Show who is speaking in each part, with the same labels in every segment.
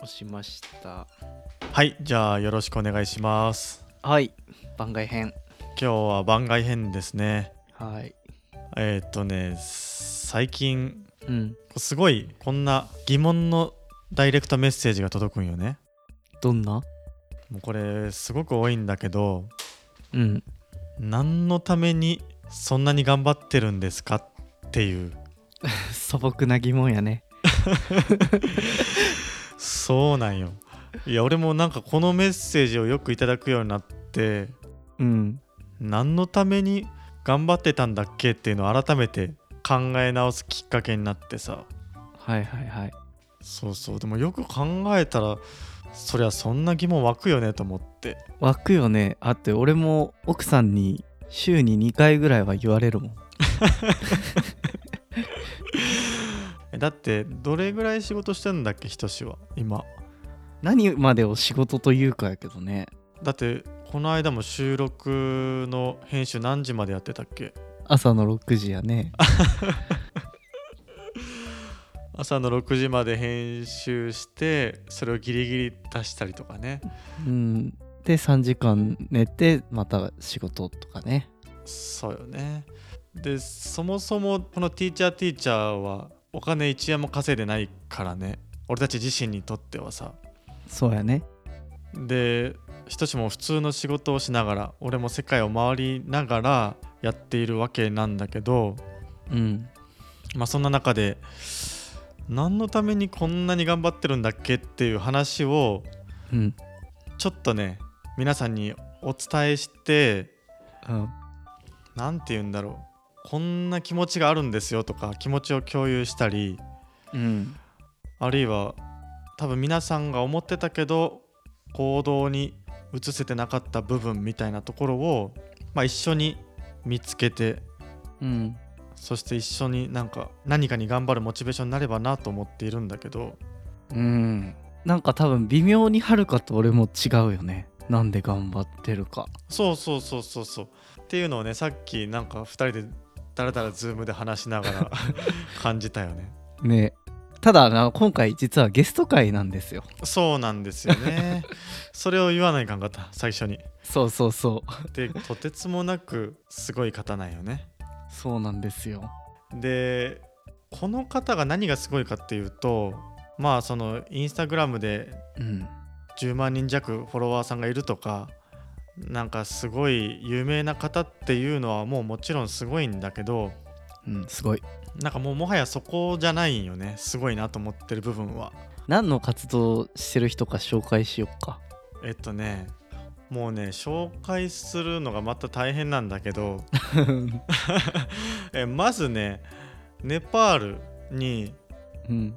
Speaker 1: 押しました
Speaker 2: はいじゃあよろしくお願いします
Speaker 1: はい番外編
Speaker 2: 今日は番外編ですね
Speaker 1: はい
Speaker 2: えーっとね最近
Speaker 1: うん
Speaker 2: すごいこんな疑問のダイレクトメッセージが届くんよね
Speaker 1: どんな
Speaker 2: もうこれすごく多いんだけど
Speaker 1: うん
Speaker 2: 何のためにそんなに頑張ってるんですかっていう
Speaker 1: 素朴な疑問やね
Speaker 2: そうなんよいや俺もなんかこのメッセージをよくいただくようになって
Speaker 1: うん
Speaker 2: 何のために頑張ってたんだっけっていうのを改めて考え直すきっかけになってさ
Speaker 1: はいはいはい
Speaker 2: そうそうでもよく考えたらそりゃそんな疑問湧くよねと思って
Speaker 1: 湧くよねあって俺も奥さんに週に2回ぐらいは言われるもん
Speaker 2: えだってどれぐらい仕事してんだっけひとしは今
Speaker 1: 何までを仕事というかやけどね
Speaker 2: だってこの間も収録の編集何時までやってたっけ
Speaker 1: 朝の6時やね
Speaker 2: 朝の6時まで編集してそれをギリギリ足したりとかね
Speaker 1: うんで3時間寝てまた仕事とかね
Speaker 2: そうよねでそもそもこの「ティーチャーティーチャー」はお金1円も稼いでないからね俺たち自身にとってはさ
Speaker 1: そうやね
Speaker 2: でひとしも普通の仕事をしながら俺も世界を回りながらやっているわけなんだけど
Speaker 1: うん
Speaker 2: まあそんな中で何のためにこんなに頑張ってるんだっけっていう話を
Speaker 1: うん
Speaker 2: ちょっとね皆さんにお伝えして
Speaker 1: うん
Speaker 2: 何て言うんだろうこんな気持ちがあるんですよとか気持ちを共有したり
Speaker 1: うん
Speaker 2: あるいは多分皆さんが思ってたけど行動に移せてなかった部分みたいなところを、まあ、一緒に見つけて
Speaker 1: うん
Speaker 2: そして一緒になんか何かに頑張るモチベーションになればなと思っているんだけど
Speaker 1: うんなんか多分微妙にはるかと俺も違うよねなんで頑張ってるか
Speaker 2: そうそうそうそうそうっていうのをねさっきなんか2人でだらだらズームで話しながら 感じたよね
Speaker 1: ねただな今回実はゲスト会なんですよ
Speaker 2: そうなんですよねそれを言わないかんかった最初に
Speaker 1: そうそうそう
Speaker 2: でとてつもなくすごい方なんよね
Speaker 1: そうなんですよ
Speaker 2: でこの方が何がすごいかっていうとまあそのインスタグラムで
Speaker 1: うん
Speaker 2: 10万人弱フォロワーさんがいるとかなんかすごい有名な方っていうのはもうもちろんすごいんだけど
Speaker 1: うんすごい
Speaker 2: なんかもうもはやそこじゃないんよねすごいなと思ってる部分は
Speaker 1: 何の活動してる人か紹介しよっか
Speaker 2: えっとねもうね紹介するのがまた大変なんだけどえまずねネパールに
Speaker 1: うん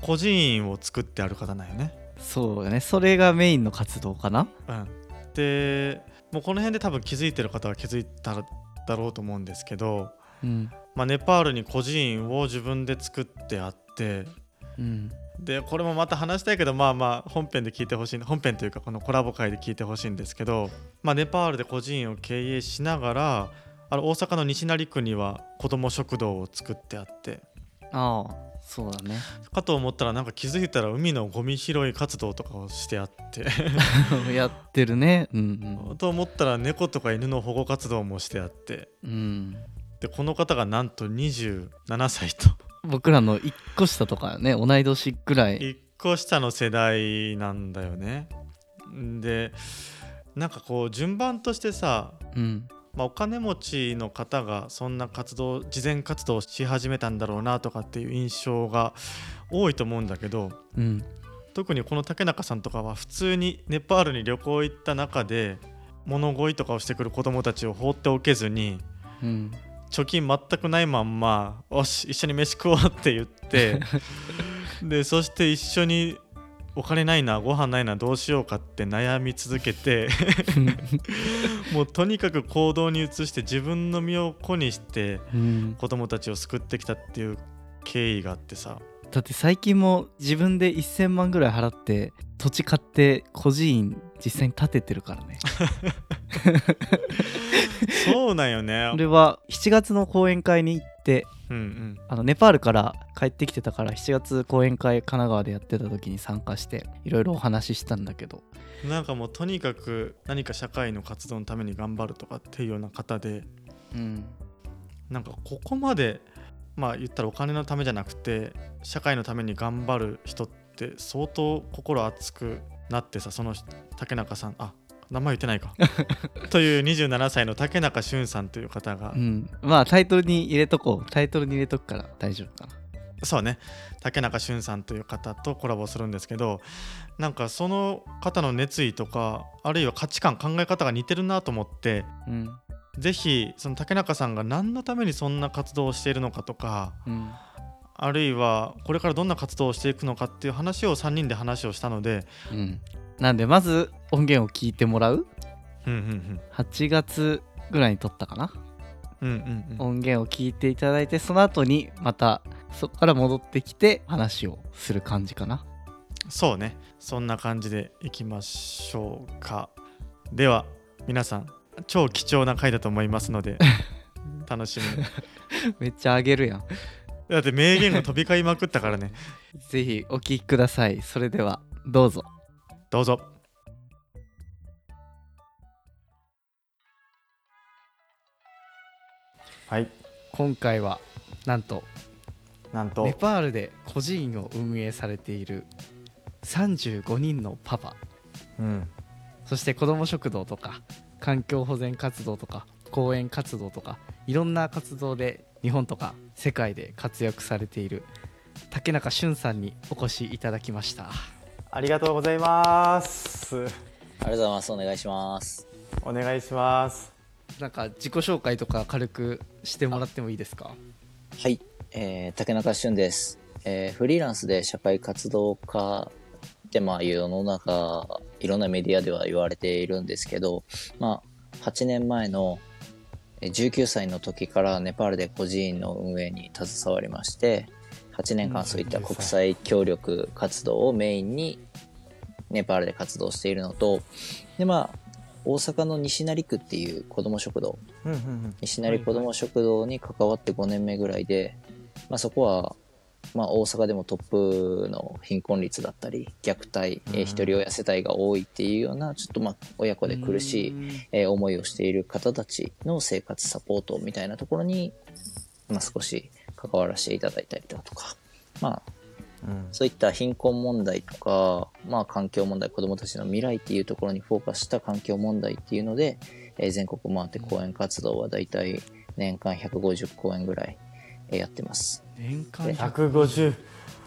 Speaker 2: 孤児院を作ってある方なんよね
Speaker 1: そうよねそれがメインの活動かな
Speaker 2: うん、でもうこの辺で多分気づいてる方は気づいただろうと思うんですけど、
Speaker 1: うん
Speaker 2: まあ、ネパールに孤児院を自分で作ってあって
Speaker 1: うん
Speaker 2: でこれもまた話したいけどまあまあ本編で聞いてほしい本編というかこのコラボ会で聞いてほしいんですけど、まあ、ネパールで孤児院を経営しながらあの大阪の西成区には子ども食堂を作ってあって
Speaker 1: ああそうだね
Speaker 2: かと思ったらなんか気づいたら海のゴミ拾い活動とかをしてあって
Speaker 1: やってるねうん
Speaker 2: と思ったら猫とか犬の保護活動もしてあって。
Speaker 1: うん、うん、
Speaker 2: でこの方がなんと27歳と
Speaker 1: 僕らの1個下とかよね同い年ぐらい
Speaker 2: 1個下の世代なんだよねでなんかこう順番としてさ、
Speaker 1: うん
Speaker 2: まあ、お金持ちの方がそんな活動慈善活動をし始めたんだろうなとかっていう印象が多いと思うんだけど
Speaker 1: うん
Speaker 2: 特にこの竹中さんとかは普通にネパールに旅行行った中で物乞いとかをしてくる子どもたちを放っておけずに
Speaker 1: うん
Speaker 2: 貯金全くないまんま「よし一緒に飯食おう」って言ってでそして一緒に「お金ないなご飯ないなどうしようか」って悩み続けてもうとにかく行動に移して自分の身を粉にして
Speaker 1: うん
Speaker 2: 子供たちを救ってきたっていう経緯があってさ
Speaker 1: だって最近も自分で1,000万ぐらい払って土地買って孤児院実際に建ててるからね
Speaker 2: そうなんよね
Speaker 1: 俺は7月の講演会に行っって
Speaker 2: うんうん
Speaker 1: あのネパールから帰ってきてたから7月講演会神奈川でやってた時に参加していろいろお話ししたんだけど
Speaker 2: なんかもうとにかく何か社会の活動のために頑張るとかっていうような方で
Speaker 1: うん
Speaker 2: なんかここまでまあ言ったらお金のためじゃなくて社会のために頑張る人って相当心熱くなってさその竹中さんあ名前言ってな いかという27歳の竹中俊さんという方が、
Speaker 1: うんまあタイトルに入れとこうタイトルに入れとくから大丈夫かな
Speaker 2: そうね竹中俊さんという方とコラボするんですけどなんかその方の熱意とかあるいは価値観考え方が似てるなと思って
Speaker 1: うん
Speaker 2: ぜひその竹中さんが何のためにそんな活動をしているのかとか
Speaker 1: うん
Speaker 2: あるいはこれからどんな活動をしていくのかっていう話を3人で話をしたので、
Speaker 1: うんなんでまず音源を聞いてもらう
Speaker 2: うんうん
Speaker 1: 8月ぐらいに撮ったかな
Speaker 2: うんうんうんうん、
Speaker 1: 音源を聞いていただいてその後にまたそこから戻ってきて話をする感じかな
Speaker 2: そうねそんな感じでいきましょうかでは皆さん超貴重な回だと思いますの で楽しみに
Speaker 1: めっちゃあげるやん
Speaker 2: だって名言が飛び交いまくったからね
Speaker 1: ぜひお聴きくださいそれではどうぞ
Speaker 2: どうぞはい
Speaker 1: 今回はなんと
Speaker 2: なんと
Speaker 1: ネパールで孤児院を運営されている35人のパパ
Speaker 2: うん
Speaker 1: そして子ども食堂とか環境保全活動とか講演活動とかいろんな活動で日本とか世界で活躍されている竹中俊さんにお越しいただきました
Speaker 2: ありがとうございます
Speaker 3: ありがとうございます。お願いします。
Speaker 2: お願いします
Speaker 1: なんか自己紹介とか軽くしてもらってもいいですか
Speaker 3: はい。えー、竹中俊です。えー、フリーランスで社会活動家って、まあ、世の中、いろんなメディアでは言われているんですけど、まあ、8年前のえー19歳の時からネパールで孤児院の運営に携わりまして、8年間そういった国際協力活動をメインにネパールで活動しているのと、で、まあ、大阪の西成区っていう子ども食堂
Speaker 2: うんうんうん
Speaker 3: 西成子ども食堂に関わって5年目ぐらいで、まあ、そこは、まあ、大阪でもトップの貧困率だったり虐待、え
Speaker 2: う
Speaker 3: ー
Speaker 2: ん
Speaker 3: 一人親世帯が多いっていうようなちょっとまあ親子で苦しい、
Speaker 1: い
Speaker 3: えー思いをしている方たちの生活サポートみたいなところに、まあ、少し関わらせていただいたりだとか、まあ、
Speaker 2: うん
Speaker 3: そういった貧困問題とか、まあ、環境問題、子どもたちの未来っていうところにフォーカスした環境問題っていうので、えー全国回って講演活動はだいたい年間150公演ぐらいえーやってます。
Speaker 1: 年間100
Speaker 2: 150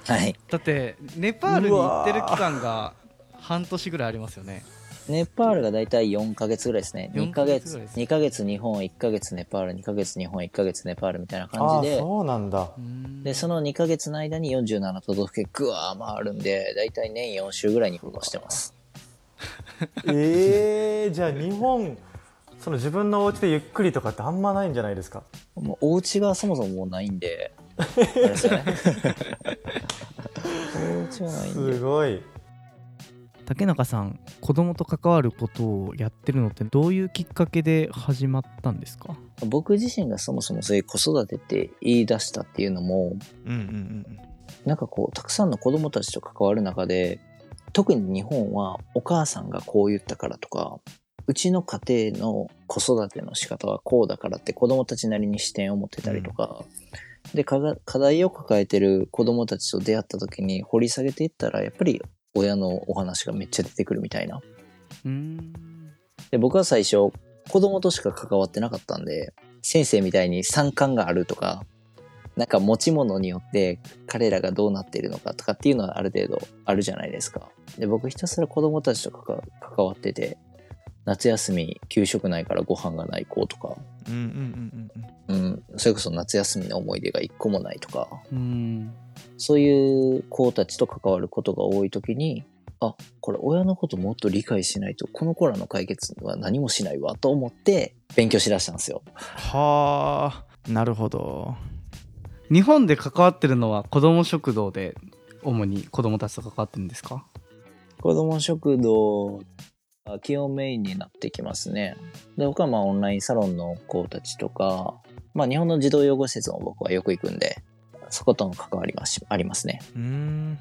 Speaker 3: はい。
Speaker 1: だってネパールに行ってる期間が半年ぐらいありますよね
Speaker 3: ネパールがだいたい4ヶ月ぐらいですね。2
Speaker 1: 4
Speaker 3: ヶ
Speaker 1: ヶ月
Speaker 3: 月
Speaker 1: ぐらいで、す
Speaker 3: 2ヶ月日本、1ヶ月ネパール、2ヶ月日本、1ヶ月ネパールみたいな
Speaker 2: あ
Speaker 3: 感じで、
Speaker 2: そうなんだ
Speaker 3: で、その2ヶ月の間に47都道府県ぐわー回るんで、だいたい年4週ぐらいにフォローしてます。
Speaker 2: えー、じゃあ日本その自分のお家でゆっくりとかってあんまないんじゃないですか
Speaker 3: もうお家がそもそももうないんで、あれですよね。 お家はないんで。
Speaker 2: すごい
Speaker 1: 竹中さん子供と関わることをやってるのってどういうきっかけで始まったんですか
Speaker 3: 僕自身がそもそもそういう子育てって言い出したっていうのも、
Speaker 2: うんうん
Speaker 3: なんかこう、たくさんの子供たちと関わる中で、特に日本はお母さんがこう言ったからとか、うちの家庭の子育ての仕方はこうだからって子供たちなりに視点を持ってたりとか、で、かが課題を抱えてる子供たちと出会った時に掘り下げていったら、やっぱり親のお話がめっちゃ出てくるみたいな。
Speaker 1: うん
Speaker 3: で僕は最初子供としか関わってなかったんで先生みたいに三冠があるとかなんか持ち物によって彼らがどうなっているのかとかっていうのはある程度あるじゃないですか。で僕ひたすら子供たちとかか関わってて夏休み給食ないからご飯がない子とか、
Speaker 2: うんうんうんうんうん
Speaker 3: うん、それこそ夏休みの思い出が一個もないとか
Speaker 1: うん
Speaker 3: そういう子たちと関わることが多い時に、あ、これ親のこともっと理解しないと、この子らの解決は何もしないわと思って勉強しだしたんですよ。
Speaker 2: はあなるほど
Speaker 1: 日本で関わってるのは子ども食堂で主に子どもたちと関わってるんですか
Speaker 3: 子供食堂、基本メインになってきますね。で、僕はまあオンラインサロンの子たちとか、まあ、日本の児童養護施設も僕はよく行くんで、そことの関わりがしありますね。
Speaker 2: うーん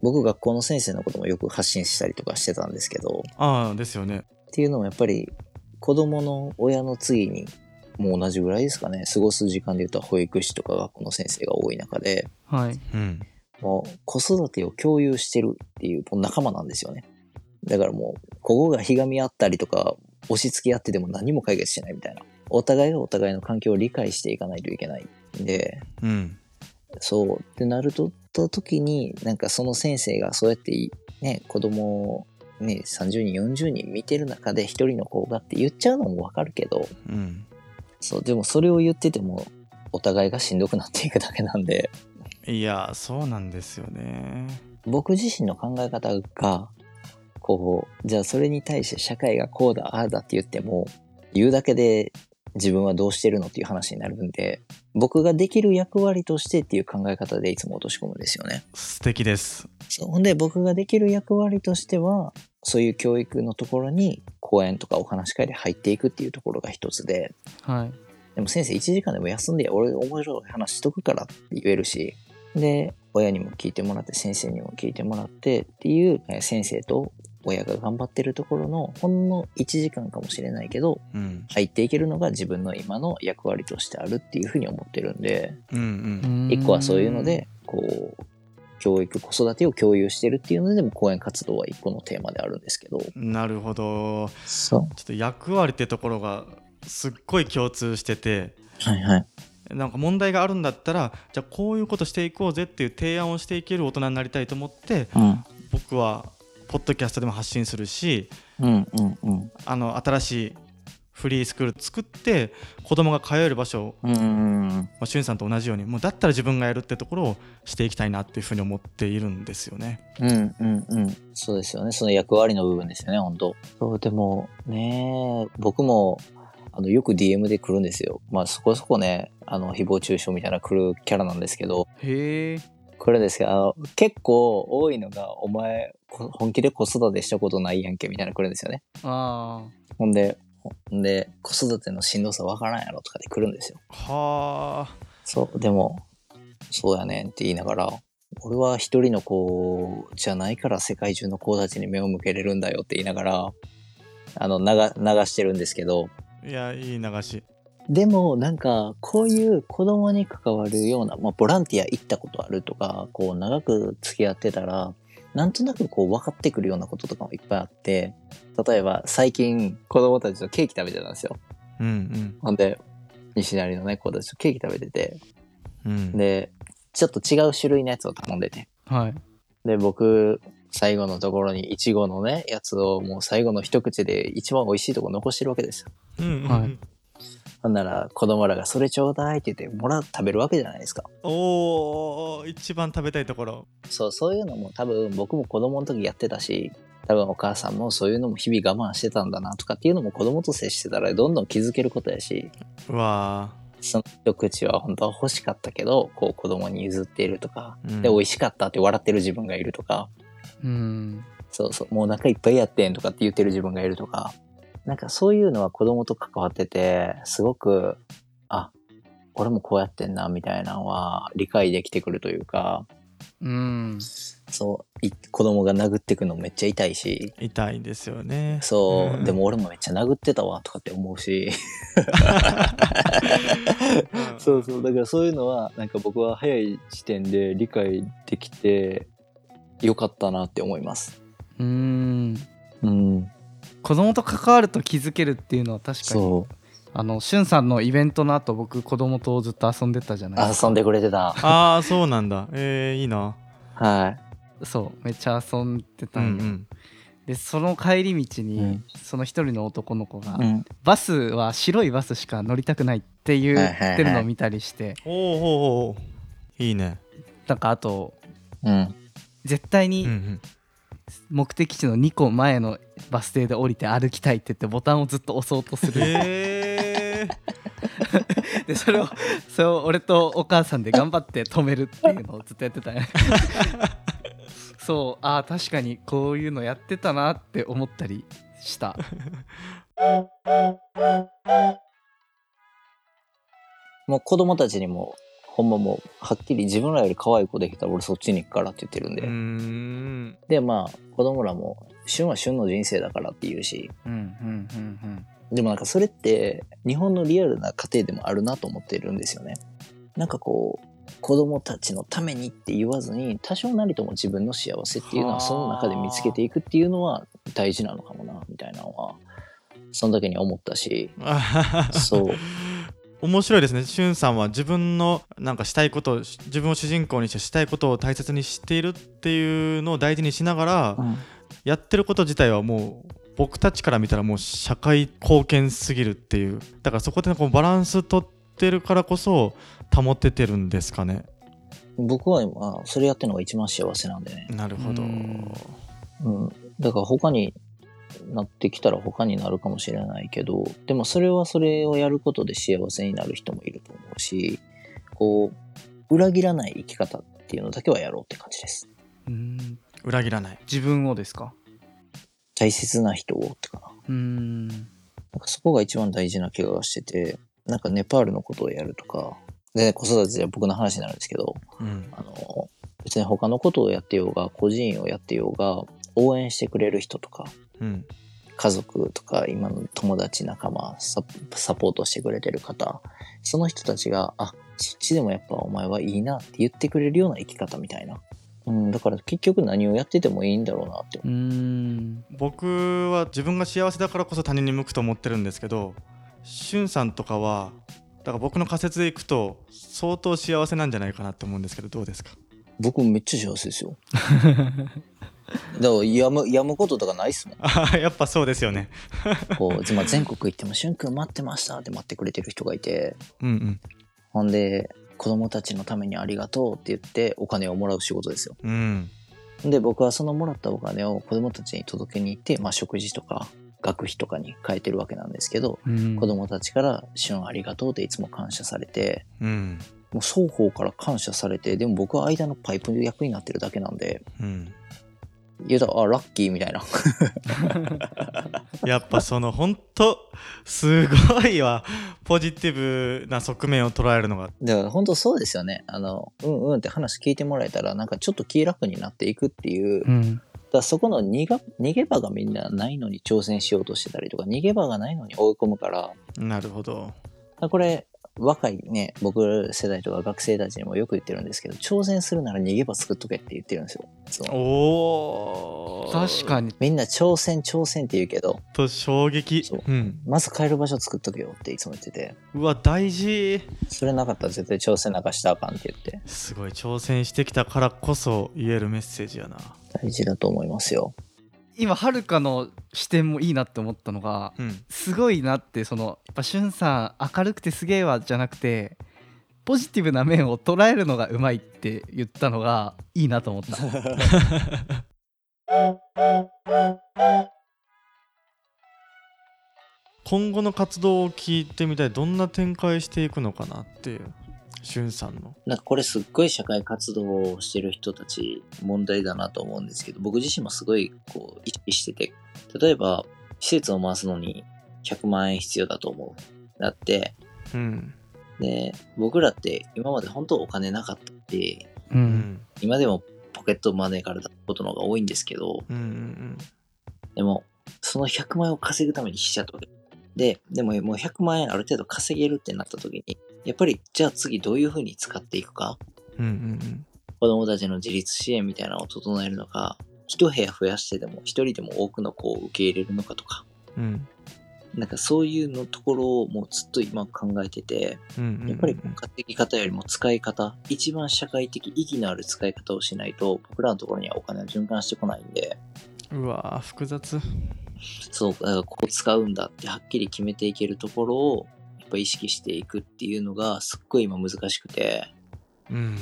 Speaker 3: 僕、学校の先生のこともよく発信したりとかしてたんですけど、
Speaker 2: ああですよね
Speaker 3: っていうのもやっぱり子供の親の次にもう同じぐらいですかね過ごす時間でいうと保育士とか学校の先生が多い中で
Speaker 1: はい
Speaker 2: うん
Speaker 3: もう子育てを共有してるっていうもう仲間なんですよねだからもうここがひがみ合ったりとか押し付け合ってでも何も解決しないみたいなお互いがお互いの環境を理解していかないといけないんで
Speaker 2: うん
Speaker 3: そうってなるとた時になんかその先生がそうやっていね子供をね30人40人見てる中で一人の子がって言っちゃうのもわかるけど
Speaker 2: うん
Speaker 3: そうでもそれを言っててもお互いがしんどくなっていくだけなんで
Speaker 2: いやそうなんですよね
Speaker 3: 僕自身の考え方がこうじゃあそれに対して社会がこうだああだって言っても言うだけで自分はどうしてるのっていう話になるんで僕ができる役割としてっていう考え方でいつも落とし込むんですよね。
Speaker 2: 素敵です
Speaker 3: そうほんで僕ができる役割としてはそういう教育のところに講演とかお話し会で入っていくっていうところが一つで
Speaker 1: はい
Speaker 3: でも先生1時間でも休んで俺面白い話しとくからって言えるしで親にも聞いてもらって先生にも聞いてもらってっていうえー先生と親が頑張ってるところのほんの1時間かもしれないけど
Speaker 2: うん
Speaker 3: 入っていけるのが自分の今の役割としてあるっていうふうに思ってるんで
Speaker 2: うんう
Speaker 1: うんん
Speaker 3: 一個はそういうのでこう教育子育てを共有してるっていうのでも講演活動は一個のテーマであるんですけど
Speaker 2: なるほど
Speaker 3: そ
Speaker 2: ちょっと役割ってところがすっごい共通してて
Speaker 3: うはいはい
Speaker 2: なんか問題があるんだったらじゃあこういうことしていこうぜっていう提案をしていける大人になりたいと思って
Speaker 3: うん
Speaker 2: 僕はポッドキャストでも発信するし
Speaker 3: うんうんうん
Speaker 2: あの新しいフリースクール作って子供が通える場所を、
Speaker 3: うんうん
Speaker 2: まあ、しゅんさんと同じようにもうだったら自分がやるってところをしていきたいなっていうふうに思っているんですよね。
Speaker 3: うんうんうんそうですよねその役割の部分ですよね本当そうでもねえ僕もあのよく DM で来るんですよまあそこそこねあの誹謗中傷みたいな来るキャラなんですけど
Speaker 1: へえ
Speaker 3: これですけどあの結構多いのが「お前こ本気で子育てしたことないやんけ」みたいなの来るんですよね
Speaker 1: あ
Speaker 3: ほんで、ほんで、子育てのしんどさわからんやろとかで来るんですよ。
Speaker 2: はあ
Speaker 3: そう、でも、そうやねんって言いながら、俺は一人の子じゃないから世界中の子たちに目を向けれるんだよって言いながら、あの、流流してるんですけど、
Speaker 2: いやいい流し。
Speaker 3: でもなんかこういう子供に関わるような、まあ、ボランティア行ったことあるとかこう長く付き合ってたらなんとなくこう分かってくるようなこととかもいっぱいあって例えば最近子供たちとケーキ食べてたんですよ。
Speaker 2: うん
Speaker 3: ほんで、西成のね、子たちとケーキ食べてて、
Speaker 2: うんうん、
Speaker 3: で、ちょっと違う種類のやつを頼んでて。
Speaker 1: あはい
Speaker 3: で、僕、最後のところに、いちごのね、やつをもう最後の一口で一番美味しいとこ残してるわけですよ。
Speaker 2: うんうんうん
Speaker 1: はい
Speaker 3: ほんなら、子供らがそれちょうだいって言って、もらう、食べるわけじゃないですか。
Speaker 2: おー一番食べたいところ。
Speaker 3: そう、そういうのも多分僕も子供の時やってたし、多分お母さんもそういうのも日々我慢してたんだなとかっていうのも子供と接してたらどんどん気づけることやし、
Speaker 2: うわ
Speaker 3: その一口は本当は欲しかったけど、こう子供に譲っているとか、
Speaker 2: ー、うん
Speaker 3: で美味しかったって笑ってる自分がいるとか
Speaker 1: うん
Speaker 3: そうそうもうお腹いっぱいやってんとかって言ってる自分がいるとかなんかそういうのは子供と関わっててすごくあ俺もこうやってんなみたいなのは理解できてくるというか
Speaker 1: うん
Speaker 3: そうい子供が殴ってくのめっちゃ痛いし
Speaker 2: 痛いですよね。
Speaker 3: そう、
Speaker 2: うん
Speaker 3: でも俺もめっちゃ殴ってたわとかって思う しそうそうだからそういうのはなんか僕は早い時点で理解できてよかったなって思います。
Speaker 1: うん
Speaker 3: うん、
Speaker 1: 子供と関わると気づけるっていうのは確かに
Speaker 3: そう
Speaker 1: あのしゅんさんのイベントの後僕子供とずっと遊んでたじゃないですか
Speaker 3: 遊んでくれてた。
Speaker 2: ああそうなんだ。えー、いいな。
Speaker 3: は
Speaker 1: そうめっちゃ遊んで
Speaker 2: う
Speaker 1: たん
Speaker 2: んう
Speaker 1: よ、
Speaker 2: ん
Speaker 1: でその帰り道に、
Speaker 3: うん
Speaker 1: その一人の男の子が、
Speaker 3: い。うん。
Speaker 1: バスは白いバスしか乗りたくないっていう
Speaker 3: はい
Speaker 1: 言
Speaker 3: はいはい
Speaker 1: ってるのを見たりして、
Speaker 2: おーおーおーおーいいね。
Speaker 1: なんかあと
Speaker 3: うん。
Speaker 1: 絶対
Speaker 2: うんう
Speaker 1: に
Speaker 2: ん、
Speaker 1: 目的地の2個前のバス停で降りて歩きたいって言ってボタンをずっと押そうとする
Speaker 2: えー、
Speaker 1: でそれをそれを俺とお母さんで頑張って止めるっていうのをずっとやって たねそうああ確かにこういうのやってたなって思ったりした
Speaker 3: もう子供たちにもほんまもうはっきり自分らより可愛い子できたら俺そっちに行くからって言ってるんで、
Speaker 2: うーん
Speaker 3: でまあ子供らも旬は旬の人生だからって言うし
Speaker 1: うんうんうんうん
Speaker 3: でもなんかそれって日本のリアルな家庭でもあるなと思ってるんですよねなんかこう子供たちのためにって言わずに多少なりとも自分の幸せっていうの
Speaker 2: はあ
Speaker 3: はその中で見つけていくっていうのは大事なのかもなみたいなのはその時に思ったしそう
Speaker 2: 面白いですねしゅんさんは自分のなんかしたいことを自分を主人公にしてしたいことを大切にしているっていうのを大事にしながら、やってること自体はもう僕たちから見たらもう社会貢献すぎるっていうだからそこでこうバランス取ってるからこそ保ててるんですかね
Speaker 3: 僕は今それやってるのが一番幸せなんでね、
Speaker 2: なるほど
Speaker 1: うん
Speaker 3: うん、だから他になってきたら他になるかもしれないけどでもそれはそれをやることで幸せになる人もいると思うしこう裏切らない生き方っていうのだけはやろうって感じです
Speaker 1: うん
Speaker 2: 裏切らない
Speaker 1: 自分をですか
Speaker 3: 大切な人をってかな
Speaker 1: うん
Speaker 3: なんかそこが一番大事な気がしててなんかネパールのことをやるとかで子育てで僕の話になるんですけど
Speaker 2: うん
Speaker 3: あの別に他のことをやってようが個人をやってようが応援してくれる人とか
Speaker 2: うん
Speaker 3: 家族とか今の友達仲間ササポートしてくれてる方その人たちがあそっちでもやっぱお前はいいなって言ってくれるような生き方みたいな、うん、だから結局何をやっててもいいんだろうなって
Speaker 1: うん
Speaker 2: 僕は自分が幸せだからこそ他人に向くと思ってるんですけどしゅんさんとかはだから僕の仮説でいくと相当幸せなんじゃないかなと思うんですけどどうですか
Speaker 3: 僕めっちゃ幸せですよだからやむやむこととかないっすもん
Speaker 2: あーやっぱそうですよね
Speaker 3: こう、まあ、全国行っても「しゅんくん待ってました」って待ってくれてる人がいて
Speaker 2: うんうん
Speaker 3: ほんで子供たちのためにありがとうって言ってお金をもらう仕事ですよ
Speaker 2: うん
Speaker 3: で僕はそのもらったお金を子どもたちに届けに行って、まあ、食事とか学費とかに変えてるわけなんですけど
Speaker 1: うん
Speaker 3: 子どもたちから「旬ありがとう」っていつも感謝されて
Speaker 2: うん
Speaker 3: もう双方から感謝されてでも僕は間のパイプ役になってるだけなんで
Speaker 2: うん
Speaker 3: 言うたら「あラッキー」みたいな
Speaker 2: やっぱその本当すごいわポジティブな側面を捉えるのが
Speaker 3: だから本当そうですよねあのうんうんって話聞いてもらえたらなんかちょっと気楽になっていくっていう
Speaker 1: うん
Speaker 3: だからそこの逃が逃げ場がみんなないのに挑戦しようとしてたりとか逃げ場がないのに追い込むから
Speaker 2: なるほど
Speaker 3: だからこれ若いね僕ら世代とか学生たちにもよく言ってるんですけど挑戦するなら逃げ場作っとけって言ってるんですよその
Speaker 2: おー
Speaker 1: 確かに
Speaker 3: みんな挑戦挑戦って言うけど
Speaker 2: と衝撃
Speaker 3: そう
Speaker 2: う,、ん、
Speaker 3: まず帰る場所作っとけよっていつも言ってて
Speaker 2: うわ大事
Speaker 3: それなかったら絶対挑戦なんかしたらあかんって言って
Speaker 2: すごい挑戦してきたからこそ言えるメッセージやな
Speaker 3: 大事だと思いますよ
Speaker 1: 今はるかの視点もいいなって思ったのが
Speaker 2: うん
Speaker 1: すごいなってそのやっぱしゅんさん明るくてすげえわじゃなくてポジティブな面を捉えるのがうまいって言ったのがいいなと思った。
Speaker 2: 今後の活動を聞いてみたいどんな展開していくのかなっていうしゅんさんの
Speaker 3: なんかこれすっごい社会活動をしてる人たち問題だなと思うんですけど僕自身もすごいこう意識してて例えば施設を回すのに100万円必要だと思うなって
Speaker 2: うん
Speaker 3: で僕らって今まで本当お金なかったし
Speaker 1: う
Speaker 2: うんん
Speaker 3: 今でもポケットマネーから出すことの方が多いんですけど
Speaker 2: うんうん
Speaker 3: でもその100万円を稼ぐためにしちゃったわけででももう100万円ある程度稼げるってなった時にやっぱりじゃあ次どういうふうに使っていくか
Speaker 2: うんうん
Speaker 3: 子供たちの自立支援みたいなのを整えるのか一部屋増やしてでも一人でも多くの子を受け入れるのかとか
Speaker 2: うんうん
Speaker 3: なんかそういうのところをもうずっと今考えてて
Speaker 2: うんうん
Speaker 3: やっぱり稼ぎ方よりも使い方一番社会的意義のある使い方をしないと僕らのところにはお金は循環してこないんで
Speaker 2: うわー複雑
Speaker 3: そうだからこう使うんだってはっきり決めていけるところをやっぱ意識していくっていうのがすっごい今難しくて
Speaker 2: うん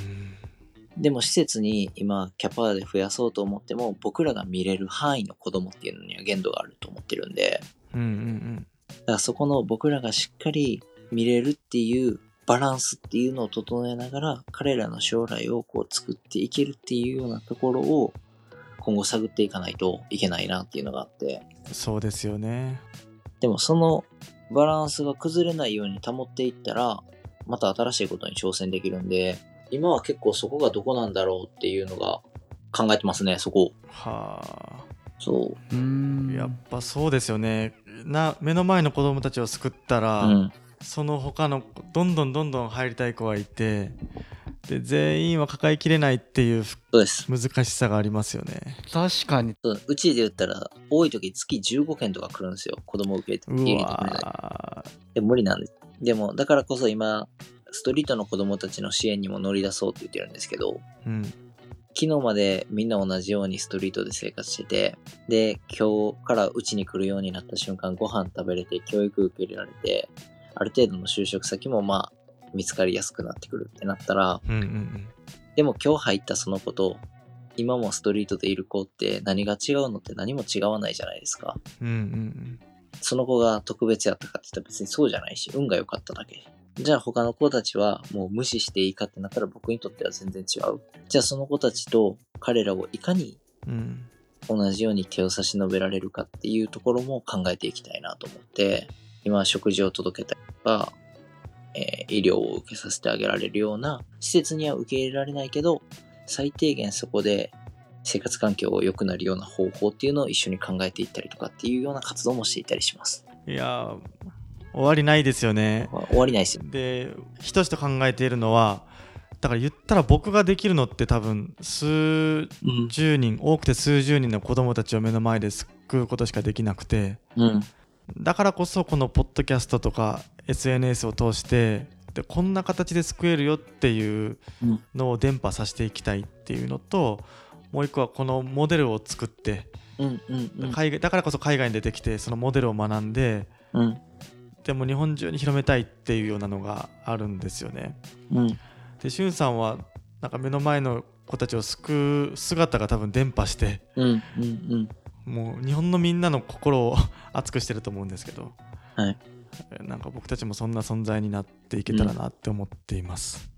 Speaker 3: でも施設に今キャパで増やそうと思っても僕らが見れる範囲の子供っていうのには限度があると思ってるんで
Speaker 2: うんうん
Speaker 3: だからそこの僕らがしっかり見れるっていうバランスっていうのを整えながら彼らの将来をこう作っていけるっていうようなところを今後探っていかないといけないなっていうのがあって
Speaker 2: うんそうですよね
Speaker 3: でもそのバランスが崩れないように保っていったらまた新しいことに挑戦できるんで、今は結構そこがどこなんだろうっていうのが考えてますね、そこ。
Speaker 2: は
Speaker 3: そう
Speaker 2: あ
Speaker 1: ん
Speaker 2: やっぱそうですよねな目の前の子供たちを救った
Speaker 3: う。
Speaker 2: ら、
Speaker 3: うん。
Speaker 2: その他の子どんどんどんどん入りたい子はいてで全員は抱えきれないっていう
Speaker 3: そうです。
Speaker 2: 難しさがありますよね
Speaker 1: 確かに
Speaker 3: そううちで言ったら、多い時月15件とか来るんですよ。子供受けて
Speaker 2: う
Speaker 3: 入れてくれない。
Speaker 2: わー
Speaker 3: で無理なんです。でも、だからこそ今、ストリートの子供たちの支援にも乗り出そうって言ってるんですけど、
Speaker 2: うん
Speaker 3: 昨日までみんな同じようにストリートで生活してて、で、今日からうちに来るようになった瞬間、ご飯食べれて、教育受け入れられて、ある程度の就職先もまあ、見つかりやすくなってくるってなったら、
Speaker 2: うんうんうん
Speaker 3: でも今日入ったその子と、今もストリートでいる子って何が違うのって何も違わないじゃないですか。
Speaker 2: うんうん
Speaker 3: その子が特別やったかって言ったら別にそうじゃないし、運が良かっただけ。じゃあ他の子たちはもう無視していいかってなったら僕にとっては全然違う。じゃあその子たちと彼らをいかに
Speaker 2: うんうん
Speaker 3: 同じように手を差し伸べられるかっていうところも考えていきたいなと思って、今食事を届けたりとか、えー医療を受けさせてあげられるような施設には受け入れられないけど、最低限そこで生活環境が良くなるような方法っていうのを一緒に考えていったりとかっていうような活動もしていたりします。
Speaker 2: いやー終わりないですよね
Speaker 3: まあ終わりないですよ。
Speaker 2: でひとしと考えているのはだから言ったら僕ができるのって多分数
Speaker 3: うん。
Speaker 2: 十人多くて数十人の子供たちを目の前で救うことしかできなくて
Speaker 3: うん。
Speaker 2: だからこそこのポッドキャストとか SNS を通してでこんな形で救えるよっていう
Speaker 3: うん
Speaker 2: のを伝播させていきたいっていうのともう一個はこのモデルを作って
Speaker 3: うん。うん。うん
Speaker 2: 海外だからこそ海外に出てきてそのモデルを学んで
Speaker 3: うん。
Speaker 2: でも日本中に広めたいっていうようなのがあるんですよね。
Speaker 3: うん。
Speaker 2: でしゅんさんはなんか目の前の子たちを救う姿が多分伝播して
Speaker 3: うん。うん。
Speaker 2: もう日本のみんなの心を熱くしてると思うんですけど、
Speaker 3: はい
Speaker 2: なんか僕たちもそんな存在になっていけたらなって思っています。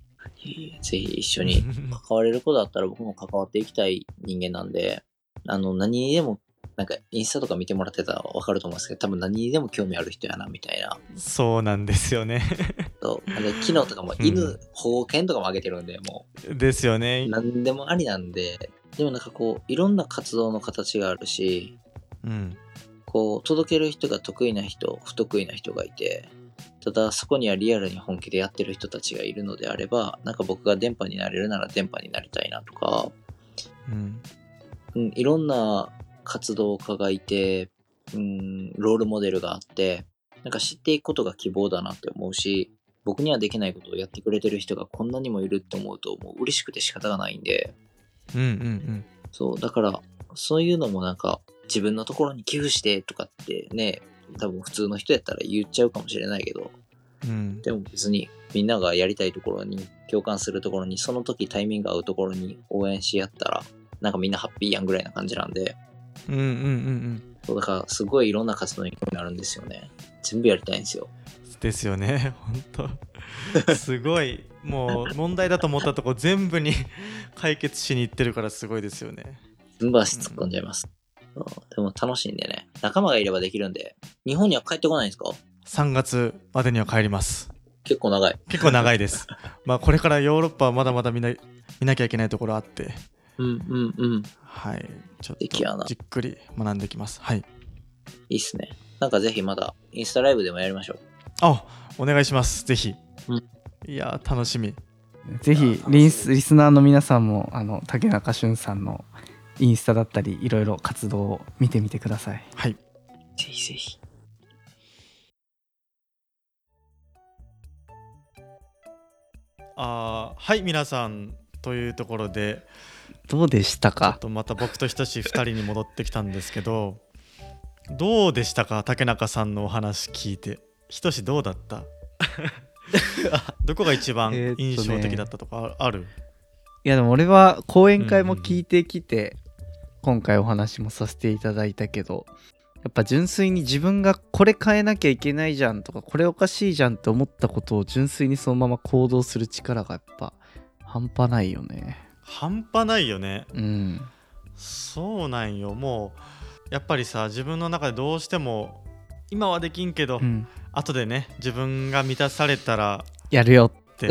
Speaker 3: ぜひ一緒に関われることだったら僕も関わっていきたい人間なんで、あの、何にでも、なんかインスタとか見てもらってたらわかると思うんですけど、多分何にでも興味ある人やな、みたいな。
Speaker 2: そうなんですよね。
Speaker 3: そうなんで、昨日とかも
Speaker 2: うん
Speaker 3: 犬、保護犬とかもあげてるんで、も
Speaker 2: ですよね
Speaker 3: う、。何でもありなんで、でもなんかこう、いろんな活動の形があるし、
Speaker 2: うん、
Speaker 3: こう、届ける人が得意な人、不得意な人がいて、ただそこにはリアルに本気でやってる人たちがいるのであれば、なんか僕が電波になれるなら電波になりたいなとか、
Speaker 2: うん、
Speaker 3: うん、いろんな活動家がいて、うん、ロールモデルがあって、なんか知っていくことが希望だなって思うし、僕にはできないことをやってくれてる人がこんなにもいるって思うと、もう嬉しくて仕方がないんで、
Speaker 2: うん、うん、
Speaker 3: そう、だから、そういうのもなんか、自分のところに寄付してとかってね、多分普通の人やったら言っちゃうかもしれないけど、
Speaker 2: うん、うん、
Speaker 3: でも別にみんながやりたいところに共感するところにその時タイミング合うところに応援し合ったらなんかみんなハッピーやんぐらいな感じなんで
Speaker 2: うん、うん、うん、
Speaker 3: そうだからすごいいろんな活動に興味あるんですよね全部やりたいんですよ
Speaker 2: ですよね。 本当。すごい、もう問題だと思ったとこ全部に解決しに行ってるからすごいですよね。
Speaker 3: 全部足突っ込んじゃいます、そうでも楽しいんでね仲間がいればできるんで日本には帰ってこないんですか
Speaker 2: 3月までには帰ります。
Speaker 3: 結構長い
Speaker 2: 結構長いです。 まあこれからヨーロッパはまだまだ見な見なきゃいけないところあって、
Speaker 3: うんうんうん
Speaker 2: はい、ちょっ
Speaker 3: 素敵や
Speaker 2: と
Speaker 3: な
Speaker 2: じっくり学んできます。はい。
Speaker 3: いいっすねなんかぜひまだインスタライブでもやりましょ
Speaker 2: あ、お願いします。ぜひ
Speaker 3: うん。
Speaker 2: いやー楽しみ。
Speaker 1: ぜ
Speaker 3: いや
Speaker 1: ひ
Speaker 3: 楽しみ
Speaker 1: リスリスナーの皆さんもあの竹中俊さんのインスタだったりいろいろ活動を見てみてください
Speaker 2: はい。
Speaker 3: うぜひぜひ
Speaker 2: あーはい皆さんというところで、
Speaker 1: どうでした
Speaker 2: ちょっ
Speaker 1: か
Speaker 2: とまた僕と等しい2人に戻ってきたんですけど、どうでしたか竹中さんのお話聞いて。ひとしどうだったどこが一番
Speaker 1: えーっとね
Speaker 2: 印象的だったとかある、
Speaker 1: いやでも俺は講演会も聞いてきて、今回お話もさせていただいたけどやっぱ純粋に自分がこれ変えなきゃいけないじゃんとかこれおかしいじゃんって思ったことを純粋にそのまま行動する力がやっぱ半端ないよね
Speaker 2: 半端ないよね。
Speaker 1: うん
Speaker 2: そうなんよもうやっぱりさ自分の中でどうしても今はできんけど、
Speaker 1: うん
Speaker 2: 後でね自分が満たされたら
Speaker 1: やるよ
Speaker 2: って、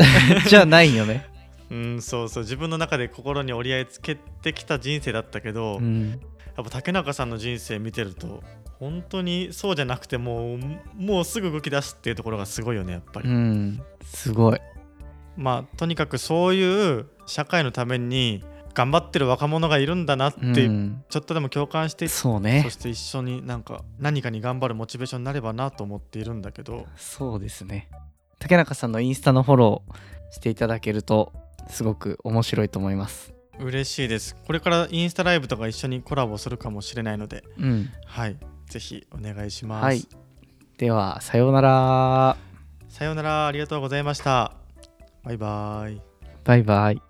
Speaker 1: じゃあないよ ね、
Speaker 2: うん、そうそう自分の中で心に折り合いつけてきた人生だったけど、
Speaker 1: う
Speaker 2: やっ
Speaker 1: ん、
Speaker 2: ぱ竹中さんの人生見てると本当にそうじゃなくてもうもうすぐ動き出すっていうところがすごいよねやっぱり、
Speaker 1: うん、すごい
Speaker 2: まあとにかくそういう社会のために頑張ってる若者がいるんだなって、
Speaker 1: うん、
Speaker 2: ちょっとでも共感して
Speaker 1: そう
Speaker 2: そ
Speaker 1: ね
Speaker 2: して一緒になんか何かに頑張るモチベーションになればなと思っているんだけど
Speaker 1: そうですね竹中さんのインスタのフォローしていただけるとすごく面白いと思います
Speaker 2: 嬉しいですこれからインスタライブとか一緒にコラボするかもしれないので
Speaker 1: うん
Speaker 2: はいぜひお願いします、
Speaker 1: はいではさようなら
Speaker 2: さようならありがとうございましたバイバイ
Speaker 1: バイバイ